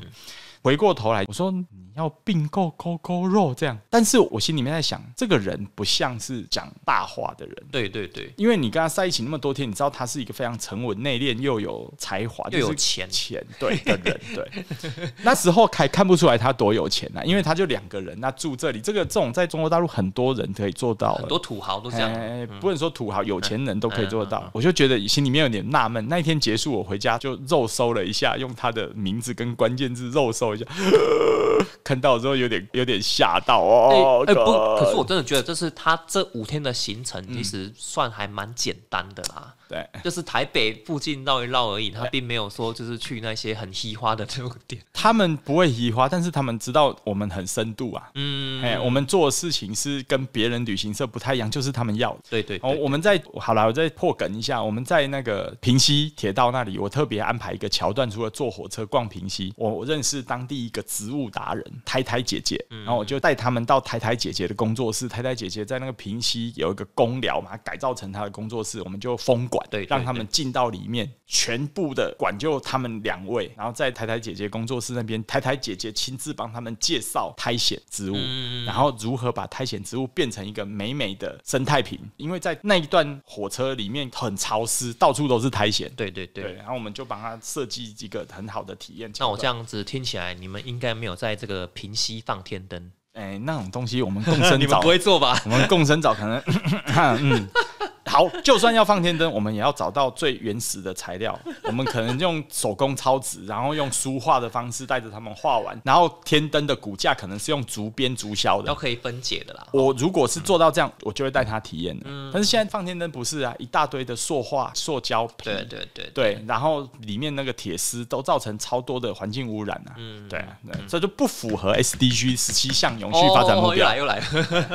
回过头来，我说你要并购勾勾肉这样，但是我心里面在想，这个人不像是讲大话的人。对对对，因为你跟他在一起那么多天，你知道他是一个非常沉稳、内敛又有才华、又有啊就是钱钱对的人。对， *laughs* 那时候还看不出来他多有钱啊，因为他就两个人，那住这里，这个这种在中国大陆很多人可以做到很的。多土豪都这样。哎，不能说土豪，有钱人都可以做得嗯到。我就觉得心里面有点纳闷。那一天结束，我回家就肉搜了一下，用他的名字跟关键字肉搜一下， *laughs* 看到之后有点有点吓到哎、哦。哎不， God 可是我真的觉得，这是他这五天的行程，嗯其实算还蛮简单的啦。对，就是台北附近绕一绕而已，哎他并没有说就是去那些很稀花的这种点。他们不会移花，但是他们知道我们很深度啊。嗯，哎、我们做的事情是跟别人旅行社不太一样，就是他们要的。对对哦，对，我们在好了，我再破梗一下，我们在那个平西铁道那里，我特别安排一个桥段，除了坐火车逛平西，我我认识当地一个植物达人台台姐姐，嗯然后我就带他们到台台姐姐的工作室，台台姐姐在那个平西有一个公寮嘛，改造成她的工作室，我们就封馆，对对让他们进到里面，全部的管就他们两位，然后在台台姐姐工作室那边，台台姐姐亲自帮他们介绍苔藓植物，嗯嗯然后如何把苔藓植物变成一个美美的生态瓶，因为在那一段火车里面很潮湿，到处都是苔藓。对对对对，。然后我们就帮他设计一个很好的体验。那我这，样子听起来，你们应该没有在这个平息放天 *laughs* 灯，哎，那种东西我们共生 *laughs* 你们早不，会做吧？我们共生早可能， *laughs* 嗯，好，就算要放天灯，我们也要找到最原始的材料。我们可能用手工抄纸，然后用书画的方式带着他们画完，然后天灯的骨架可能是用竹编竹削的都。可以分解的啦。 *laughs* 我如果是做到这样，我就会带他体验的。嗯但是现在放天灯不是啊，一大堆的塑化、塑胶皮，对对对对，然后里面那个铁丝都造成超多的环境污染啊。嗯，对啊，对这就不符合 SDG 十七项永续发展哦目又标。来又来了，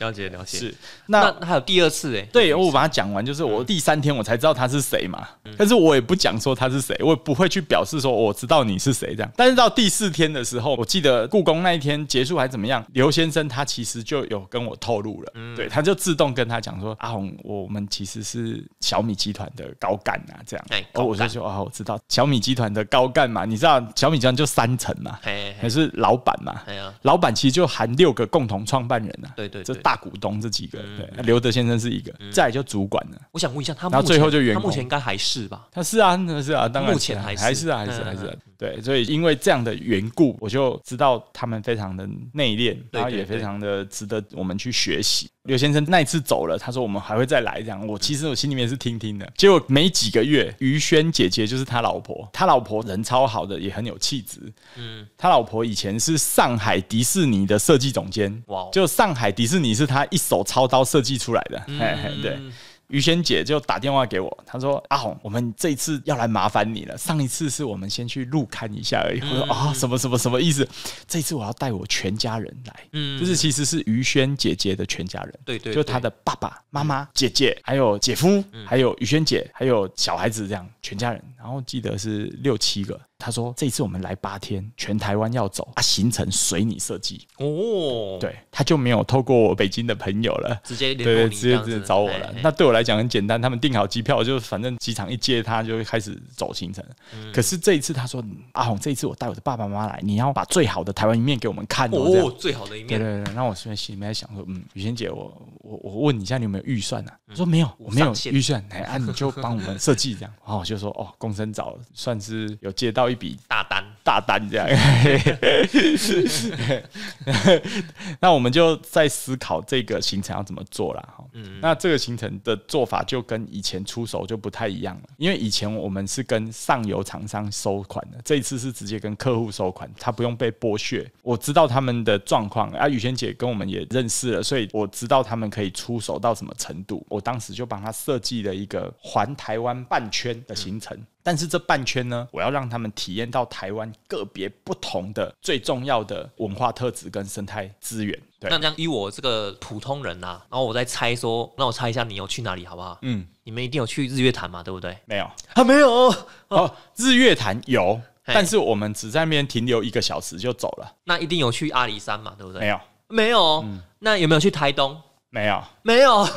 了 *laughs* 解了解。是，那那那还有第二次哎、对，我把它讲完，就是嗯我第三天我才知道他是谁嘛，但是我也不讲说他是谁，我也不会去表示说我知道你是谁这样。但是到第四天的时候，我记得故宫那一天结束还怎么样，刘先生他其实就有跟我透露了，嗯对，他就自动跟他讲说，阿红，我们其实是小米集团的高干啊，这样哎。哦，我高就干说哦，我知道小米集团的高干嘛，你知道小米集团就三层嘛，哎还是老板嘛，哎呀，老板其实就含六个共同创办人啊，对对对嗯这大股东这几个，对，刘德先生是一个，再来就主管了。我想问一下，他然后目最前后就员他目工前应该还是吧？他是啊，那是啊，当然目前啊还是还是啊，还是嗯还是啊嗯对，所以因为这样的缘故，我就知道他们非常的内敛，然后对也对非常的值得我们去学习。刘先生那一次走了，他说我们还会再来这样，我其实我心里面是听听的。结果没几个月，于轩姐姐就是他老婆，他老婆人超好的，也很有气质。嗯，他老婆以前是上海迪士尼的设计总监，哇哦就上海迪士尼是他一手操刀设计出来的，嗯嘿嘿，对。于仙姐就打电话给我，她说：“阿红，我们这一次要来麻烦你了。上一次是我们先去路看一下而已。”我说：“啊、什么什么什么意思？这次我要带我全家人来，嗯就是其实是于轩姐姐的全家人，对对就她的爸爸妈妈、姐姐，还有姐夫，还有于轩姐，还有小孩子这样全家人。然后记得是六七个。”她说：“这次我们来八天，全台湾要走啊，行程随你设计。”哦，，对，他就没有透过我北京的朋友了。直接联对，络你直这接样直接子找我哎了哎。那对我来讲很简单，他们订好机票，就反正机场一接他就开始走行程。嗯可是这一次他说：“阿红，这一次我带我的爸爸妈妈来，你要把最好的台湾一面给我们看哦。”这样哦，最好的一对面，对对，那我现在心里面在想说，嗯，雨欣姐，我我我问你一下，你有没有预算呢、啊？我说没有，我没嗯有上限预算，哎，啊，你就帮我们设计这样。然后我就说，哦，公生早算是有接到一笔大单，大单这样。 *laughs* 那我们就在思考这个行程要怎么做啦。哈。那这个行程的做法就跟以前出手就不太一样了，因为以前我们是跟上游厂商收款的，这一次是直接跟客户收款，他不用被剥削。我知道他们的状况，啊，雨轩姐跟我们也认识了，所以我知道他们可以出手到什么程度。我当时就帮他设计了一个环台湾半圈的行程。但是这半圈呢，我要让他们体验到台湾个别不同的最重要的文化特质跟生态资源。对那，这样依我这个普通人呐、然后我再猜说，那我猜一下你有去哪里好不好？嗯，你们一定有去日月潭嘛，对不对？没有啊，没有。哦，日月潭有，嘿但是我们只在那边停留一个小时就走了，那一定有去阿里山嘛，对不对？没有，没有。那有没有去台东？没 *laughs* 有，嗯没有。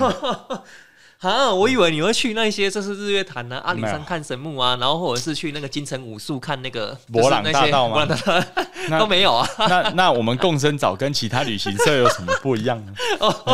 啊，我以为你会去那些，就是日月潭啊、阿里没山有看神木啊，然后或者是去那个金城武术看那个博朗就是那些大道吗博朗大道那 *laughs* 都没有啊。那那我们共生岛跟其他旅行社有什么不一样呢？ *laughs*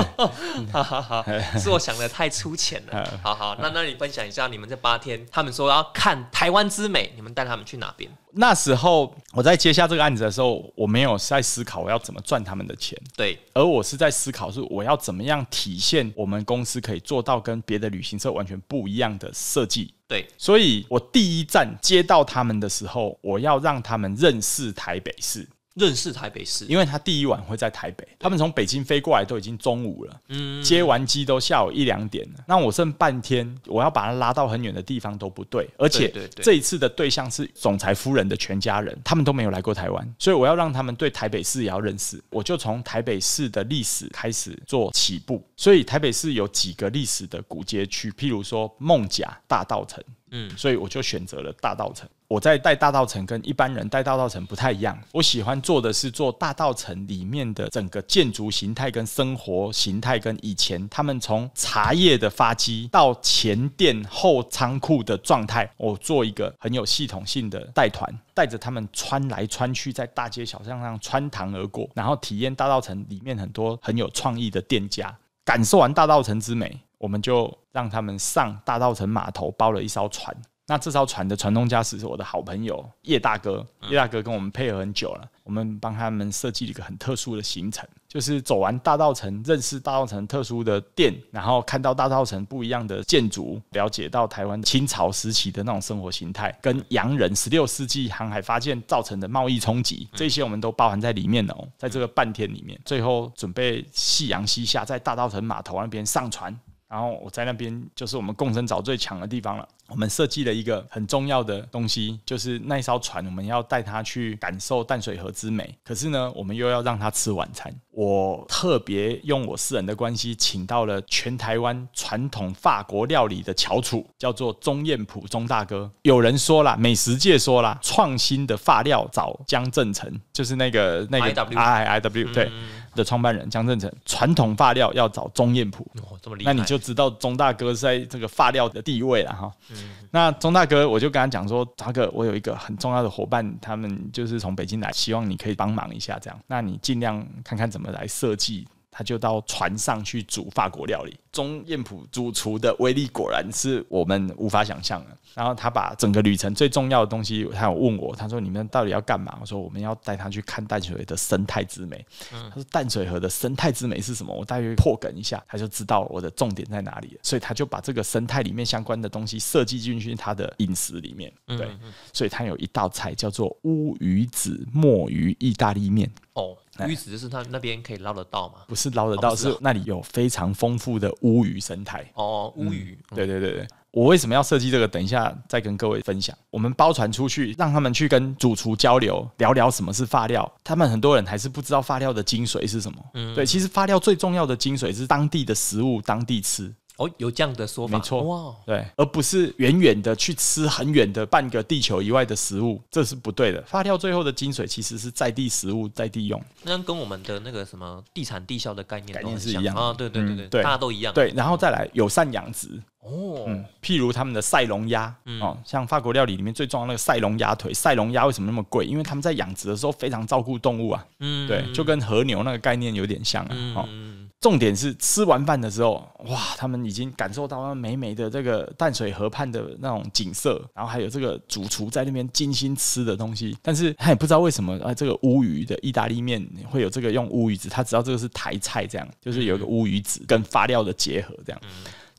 哈哈哈，是我想的太粗浅了。好好，那那你分享一下，你们这八天，他们说要看台湾之美，你们带他们去哪边？那时候我在接下这个案子的时候，我没有在思考我要怎么赚他们的钱，对，而我是在思考，是我要怎么样体现我们公司可以做到跟别的旅行社完全不一样的设计。对，所以我第一站接到他们的时候，我要让他们认识台北市，认识台北市。因为他第一晚会在台北，他们从北京飞过来都已经中午了，嗯接完机都下午一两点了，那我剩半天，我要把他拉到很远的地方都不对，而且对对对这一次的对象是总裁夫人的全家人，他们都没有来过台湾，所以我要让他们对台北市也要认识，我就从台北市的历史开始做起步，所以台北市有几个历史的古街区，譬如说孟甲大道城，嗯所以我就选择了大道城。我在带大道城跟一般人带大道城不太一样，我喜欢做的是做大道城里面的整个建筑形态跟生活形态，跟以前他们从茶叶的发迹到前店后仓库的状态，我做一个很有系统性的带团，带着他们穿来穿去，在大街小巷上穿堂而过，然后体验大道城里面很多很有创意的店家。感受完大道城之美，我们就让他们上大道城码头包了一艘船。那这艘船的船东家是我的好朋友叶大哥，叶大哥跟我们配合很久了，我们帮他们设计了一个很特殊的行程，就是走完大道城，认识大道城特殊的店，然后看到大道城不一样的建筑，了解到台湾清朝时期的那种生活形态，跟洋人十六世纪航海发现造成的贸易冲击，这些我们都包含在里面哦，在这个半天里面，最后准备夕阳西下，在大道城码头那边上船。然后我在那边就是我们共生找最强的地方了。我们设计了一个很重要的东西，就是那一艘船，我们要带它去感受淡水河之美。可是呢，我们又要让它吃晚餐。我特别用我私人的关系，请到了全台湾传统法国料理的翘楚，叫做钟彦普钟大哥。有人说啦，美食界说啦，创新的发料找江正成，就是那个那个啊 IW I I W 嗯对的创办人江正成。传统发料要找钟彦普，哦，这么厉害，那你就知道钟大哥在这个发料的地位了哈。嗯那钟大哥，我就跟他讲说，大哥，我有一个很重要的伙伴，他们就是从北京来，希望你可以帮忙一下，这样，那你尽量看看怎么来设计。他就到船上去煮法国料理。钟彦普主厨的威力果然是我们无法想象的。然后他把整个旅程最重要的东西，他有问我，他说你们到底要干嘛？我说我们要带他去看淡水河的生态之美。嗯他说淡水河的生态之美是什么？我大约破梗一下，他就知道我的重点在哪里了。所以他就把这个生态里面相关的东西设计进去他的饮食里面。嗯对，所以他有一道菜叫做乌鱼子墨鱼意大利面。哦，哎鱼子就是他那边可以捞得到嘛。不是捞得到，哦不是啊是那里有非常丰富的乌鱼生态。哦，乌鱼，对对对对，我为什么要设计这个？等一下再跟各位分享。我们包船出去，让他们去跟主厨交流，聊聊什么是发料。他们很多人还是不知道发料的精髓是什么。对，其实发料最重要的精髓是当地的食物，当地吃。哦，有这样的说法，没错哇，对，而不是远远的去吃很远的半个地球以外的食物，这是不对的。发料最后的精髓其实是在地食物，在地用。那跟我们的那个什么地产地销的概念概都念很是像一样的啊，对对对嗯对大家都一样。，对，然后再来友善养殖，哦，譬如他们的赛龙鸭嗯哦，像法国料理里面最重要的那个赛龙鸭腿，赛龙鸭为什么那么贵？因为他们在养殖的时候非常照顾动物啊，嗯对，就跟和牛那个概念有点像啊。哦，嗯，重点是吃完饭的时候，哇，他们已经感受到那美美的这个淡水河畔的那种景色，然后还有这个主厨在那边精心吃的东西。但是他也不知道为什么啊，这个乌鱼的意大利面会有这个用乌鱼子，他只知道这个是台菜，这样就是有一个乌鱼子跟发料的结合这样。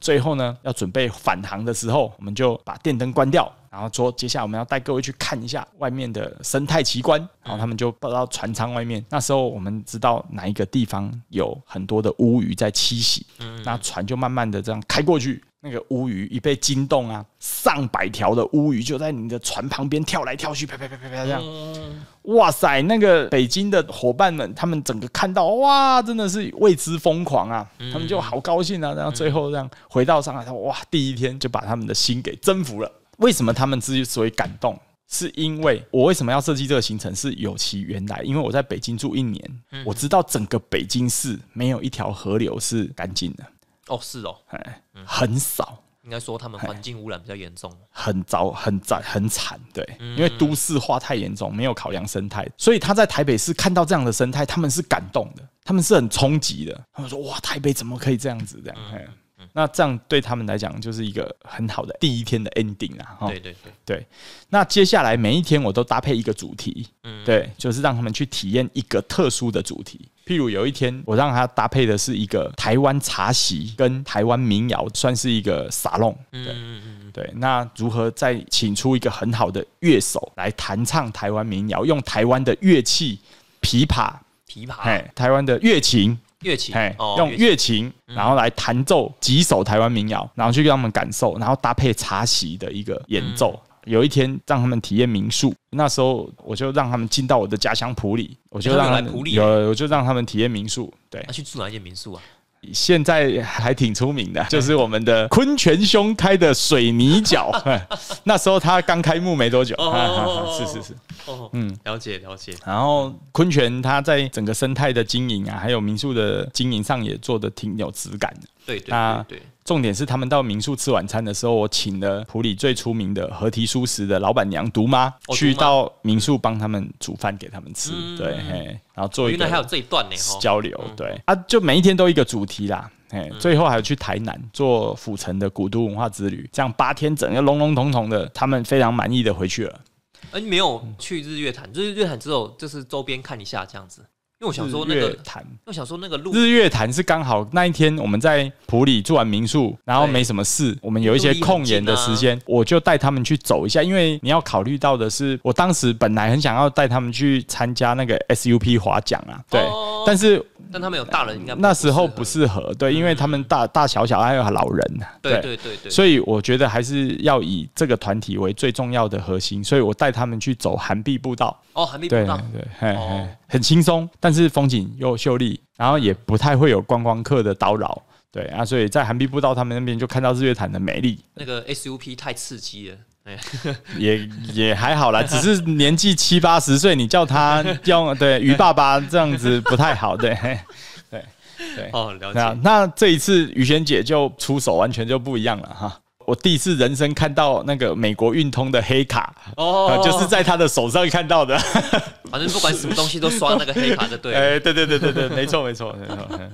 最后呢，要准备返航的时候，我们就把电灯关掉，然后说接下来我们要带各位去看一下外面的生态奇观。然后他们就报到船舱外面。那时候我们知道哪一个地方有很多的乌鱼在栖息，那船就慢慢的这样开过去。那个乌鱼一被惊动啊，上百条的乌鱼就在你的船旁边跳来跳去，啪啪啪啪啪这样。哇塞，那个北京的伙伴们，他们整个看到哇，真的是为之疯狂啊！他们就好高兴啊，然后最后这样回到上海，他哇，第一天就把他们的心给征服了。为什么他们之所以感动？是因为我为什么要设计这个行程是有其原来，因为我在北京住一年，我知道整个北京市没有一条河流是干净的，哦是哦，哎，很少。应该说他哎们环境污染比较严重。很糟、很惨、很惨，对，因为都市化太严重，没有考量生态，所以他在台北市看到这样的生态，他们是感动的，他们是很冲击的，他们说哇，台北怎么可以这样子这样？嘿那这样对他们来讲就是一个很好的第一天的 ending 啊，哈对对对，对。那接下来每一天我都搭配一个主题，对，就是让他们去体验一个特殊的主题。譬如有一天，我让他搭配的是一个台湾茶席跟台湾民谣，算是一个沙龙，对。嗯嗯嗯，对，那如何再请出一个很好的乐手来弹唱台湾民谣，用台湾的乐器琵琶，琵琶、哎，台湾的乐琴，乐器哎，，啊哦，用乐器乐琴，然后来弹奏几首台湾民谣，然后去让他们感受，然后搭配茶席的一个演奏。嗯有一天让他们体验民宿，那时候我就让他们进到我的家乡普里，我就他们让有他来们埔里有，欸我就让他们体验民宿。对那，去住哪一间民宿啊？现在还挺出名哎的，就是我们的坤泉兄开的水 *laughs* 泥角。 *laughs* 那时候他刚开幕没多久，哦 *laughs* 是是是。哦，嗯，了解了解。然后坤泉他在整个生态的经营啊，还有民宿的经营上也做的挺有质感的。对对那对对，重点是他们到民宿吃晚餐的时候，我请了普里最出名的合体素食的老板娘毒妈毒哦妈嗯去到民宿帮他们煮饭给他们吃，对，嘿，然后做哦一原个来还有这一段呢，哈。交流，嗯对啊，就每一天都一个主题啦。哎，最后还有去台南做府城的古都文化之旅，这样八天整个笼笼统统的，他们非常满意的回去了。哎，你没有去日月潭，日月潭只有就是周边看一下这样子，因为我想说那日个月，潭，我想说那个路日月潭是刚好那一天我们在普里住完民宿，然后对没什么事，我们有一些空闲的啊时间，我就带他们去走一下。因为你要考虑到的是，我当时本来很想要带他们去参加那个 SUP 滑桨啊，对，哦但是但他们有大人应该那时候不适适合，对，因为他们大大小小还有老人啊，合，对对对对，所以我觉得还是要以这个团体为最重要的核心，所以我带他们去走寒碧步道，哦，还没对碰对到，嘿哦嘿，很轻松，但是风景又秀丽，然后也不太会有观光客的叨扰，对啊，所以在寒碧步道他们那边就看到日月潭的美丽，那个 SUP 太刺激了，哎，也也还好啦，只是年纪七八十岁，你叫他用对鱼爸爸这样子不太好，对。嘿对哦，了那解。那这一次于璇姐就出手完全就不一样了哈。我第一次人生看到那个美国运通的黑卡，哦呃就是在他的手上看到的。反正不管什么东西都刷那个黑卡就对了。哎， *laughs* 对对对对 *laughs* 对，没错没错没错。嗯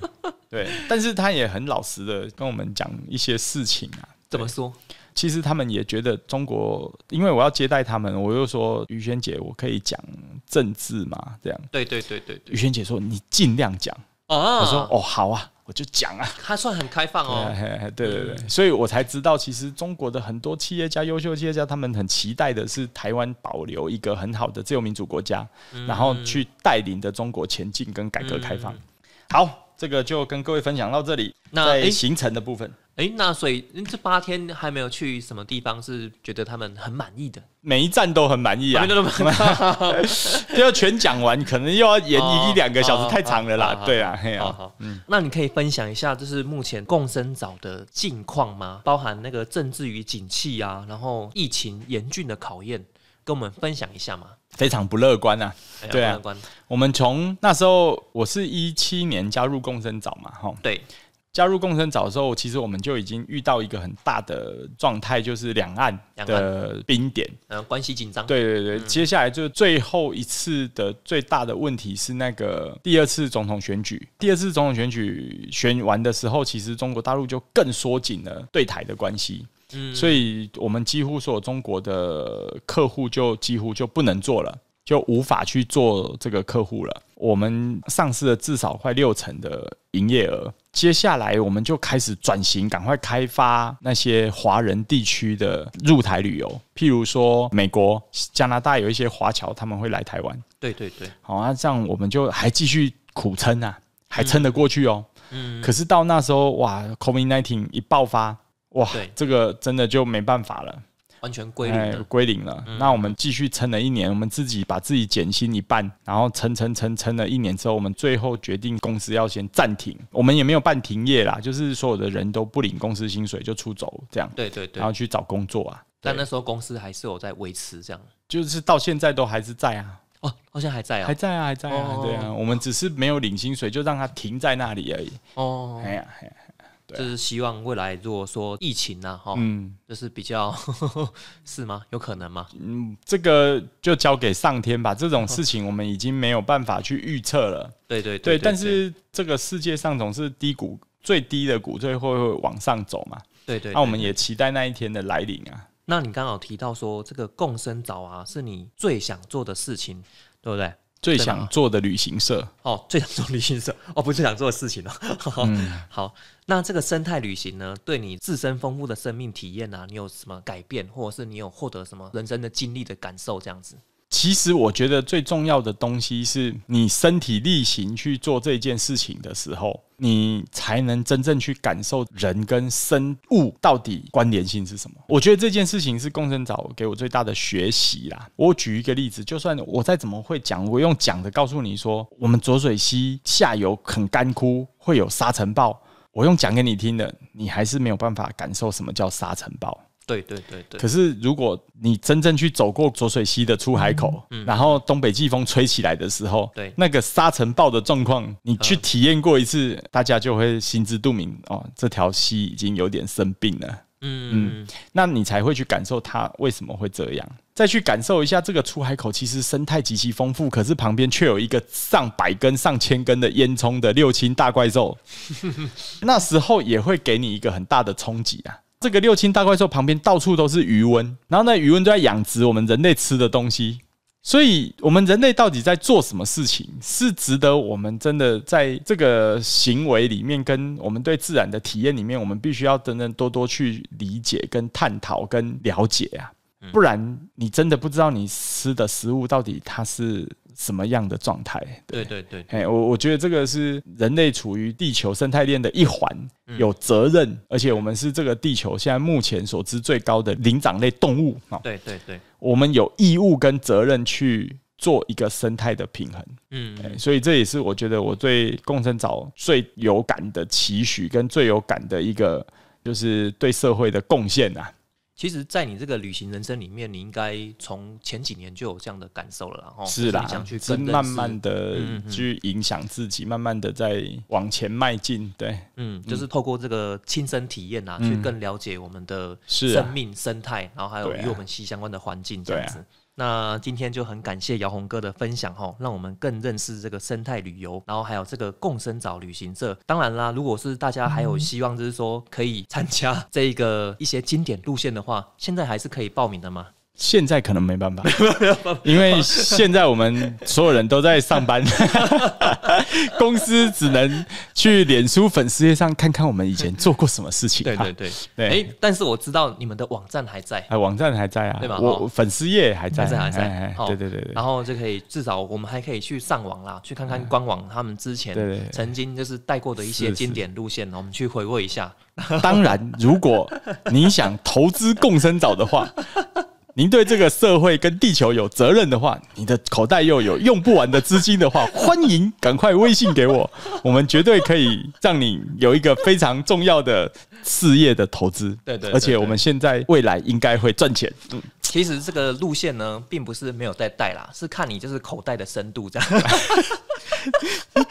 对，但是他也很老实的跟我们讲一些事情啊。怎么说？其实他们也觉得中国，因为我要接待他们，我又说于轩姐，我可以讲政治嘛？这样，对对对对对于轩姐说你尽量讲。啊！我说哦好啊，我就讲啊。他算很开放哦。嘿嘿对对对，所以我才知道，其实中国的很多企业家、优秀企业家，他们很期待的是台湾保留一个很好的自由民主国家，嗯然后去带领的中国前进跟改革开放。好，这个就跟各位分享到这里。那在诶行程的部分，哎、那所以嗯这八天还没有去什么地方是觉得他们很满意的？每一站都很满意啊哦没，那么就要全讲完，可能又要延哦一一两个小哦时，太长了哦啦哦。对啊，嘿好啊，好，那你可以分享一下，就是目前共生藻的近况吗？包含那个政治与景气啊，然后疫情严峻的考验，跟我们分享一下嘛？非常不乐观啊。哎对啊关关我们从那时候，我是一七年加入共生早嘛，哈，对，加入共生早的时候，其实我们就已经遇到一个很大的状态，就是两岸两的冰点。然后关系紧张，，对对对，接下来就是最后一次的最大的问题是那个第二次总统选举。第二次总统选举选完的时候，其实中国大陆就更缩紧了对台的关系，嗯所以我们几乎所有中国的客户就几乎就不能做了。就无法去做这个客户了。我们丧失了至少快六成的营业额。接下来我们就开始转型，赶快开发那些华人地区的入台旅游，譬如说美国、加拿大有一些华侨他们会来台湾。对对对，好啊，这样我们就还继续苦撑啊，还撑得过去哦。嗯，可是到那时候，哇，COVID nineteen 一爆发，哇对，这个真的就没办法了。完全归零哎了，嗯归零了。那我们继续撑了一年，我们自己把自己减薪一半，然后撑撑撑撑了一年之后，我们最后决定公司要先暂停，我们也没有办停业啦，就是所有的人都不领公司薪水就出走这样，对对对然。后去找工作啊。但对那时候公司还是有在维持这样，就是到现在都还是在啊，哦，好像还在还啊，在啊，还在啊，哦对啊，我们只是没有领薪水，就让它停在那里而已。哦，哎呀，哎呀对啊就是希望未来如果说疫情啊，哈，嗯就是比较 *laughs* 是吗？有可能吗？嗯，这个就交给上天吧，这种事情我们已经没有办法去预测了。对对对，对，但是这个世界上总是低谷最低的谷最后会往上走嘛。对对，那啊我对们也期待那一天的来临啊。那你刚好提到说这个共生藻啊，是你最想做的事情，对不对？最对啊想吧做的旅行社，哦，最想做旅行社哦，不是最想做的事情哦。嗯 *laughs* 好，那这个生态旅行呢，对你自身丰富的生命体验啊，你有什么改变，或者是你有获得什么人生的经历的感受这样子？其实我觉得最重要的东西是你身体力行去做这件事情的时候，你才能真正去感受人跟生物到底关联性是什么。我觉得这件事情是共生藻给我最大的学习啦。我举一个例子，就算我再怎么会讲，我用讲的告诉你说，我们浊水溪下游很干枯，会有沙尘暴。我用讲给你听的，你还是没有办法感受什么叫沙尘暴。对对对对，可是如果你真正去走过浊水溪的出海口，然后东北季风吹起来的时嗯候，对那个沙尘暴的状况，你去体验过一次，大家就会心知肚明哦，这条溪已经有点生病了。嗯，那你才会去感受它为什么会这样，再去感受一下这个出海口其实生态极其丰富，可是旁边却有一个上百根、上千根的烟囱的六亲大怪兽，那时候也会给你一个很大的冲击啊。这个六亲大怪兽旁边到处都是鱼瘟，然后那鱼瘟就在养殖我们人类吃的东西，所以我们人类到底在做什么事情，是值得我们真的在这个行为里面，跟我们对自然的体验里面，我们必须要真正多多去理解、跟探讨、跟了解啊，不然你真的不知道你吃的食物到底它是什么样的状态。对对对，哎，我我觉得这个是人类处于地球生态链的一环，嗯有责任，而且我们是这个地球现在目前所知最高的灵长类动物啊、哦对对对，我们有义务跟责任去做一个生态的平衡。嗯，哎所以这也是我觉得我对共生藻最有感的期许跟最有感的一个，就是对社会的贡献啊。其实，在你这个旅行人生里面，你应该从前几年就有这样的感受了啦，然后是啦你哦想去，是更认慢识嗯慢的去影响自己，慢慢的在往前迈进。对，嗯，就是透过这个亲身体验啊，去更了解我们的嗯是啊生命、生态，然后还有对啊与我们息息相关的环境这样子。对啊那今天就很感谢姚红哥的分享哈，让我们更认识这个生态旅游，然后还有这个共生藻旅行社。当然啦，如果是大家嗯还有希望，就是说可以参加 *laughs* 这个一些经典路线的话，现在还是可以报名的吗？现在可能 *laughs* 没办法，因为现在我们所有人都在上班， *laughs* 公司只能去脸书粉丝页上看看我们以前做过什么事情。对哈对对，对哎、但是我知道你们的网站还在。哎，网站还在啊，对吧我哦粉丝页还在，还在哦还哎哎在，好对对对对，哎然后就可以至少我们还可以去上网啦，去看看官网他们之前对对对曾经就是带过的一是些是经典路线，我们去回味一下。 *laughs* 当然，如果您想投资共生藻 *laughs* 的话，您对这个社会跟地球有责任的话，你的口袋又有用不完的资金 *laughs* 的话，欢迎赶快微信给我，我们绝对可以让你有一个非常重要的事业的投资。对对对而且我们现在未来应该会赚钱。嗯其实这个路线呢，并不是没有在带啦，是看你就是口袋的深度这样。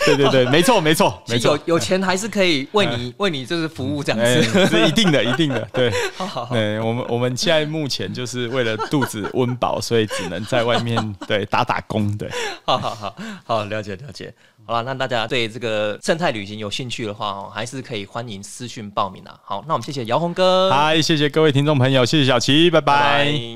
对对对，没错没错其没实 *laughs* 错有，有钱还是可以为你为你就是服务这样哎，子。是一定的，一定的，对。好好好，对，我们我们现在目前就是为了肚子温饱，所以只能在外面对打打工，对。 *laughs* 好好好，好了解了解。好了，那大家对这个生态旅行有兴趣的话哦，还是可以欢迎私讯报名啊。好，那我们谢谢姚红哥，嗨，谢谢各位听众朋友，谢谢小齐，拜拜。拜拜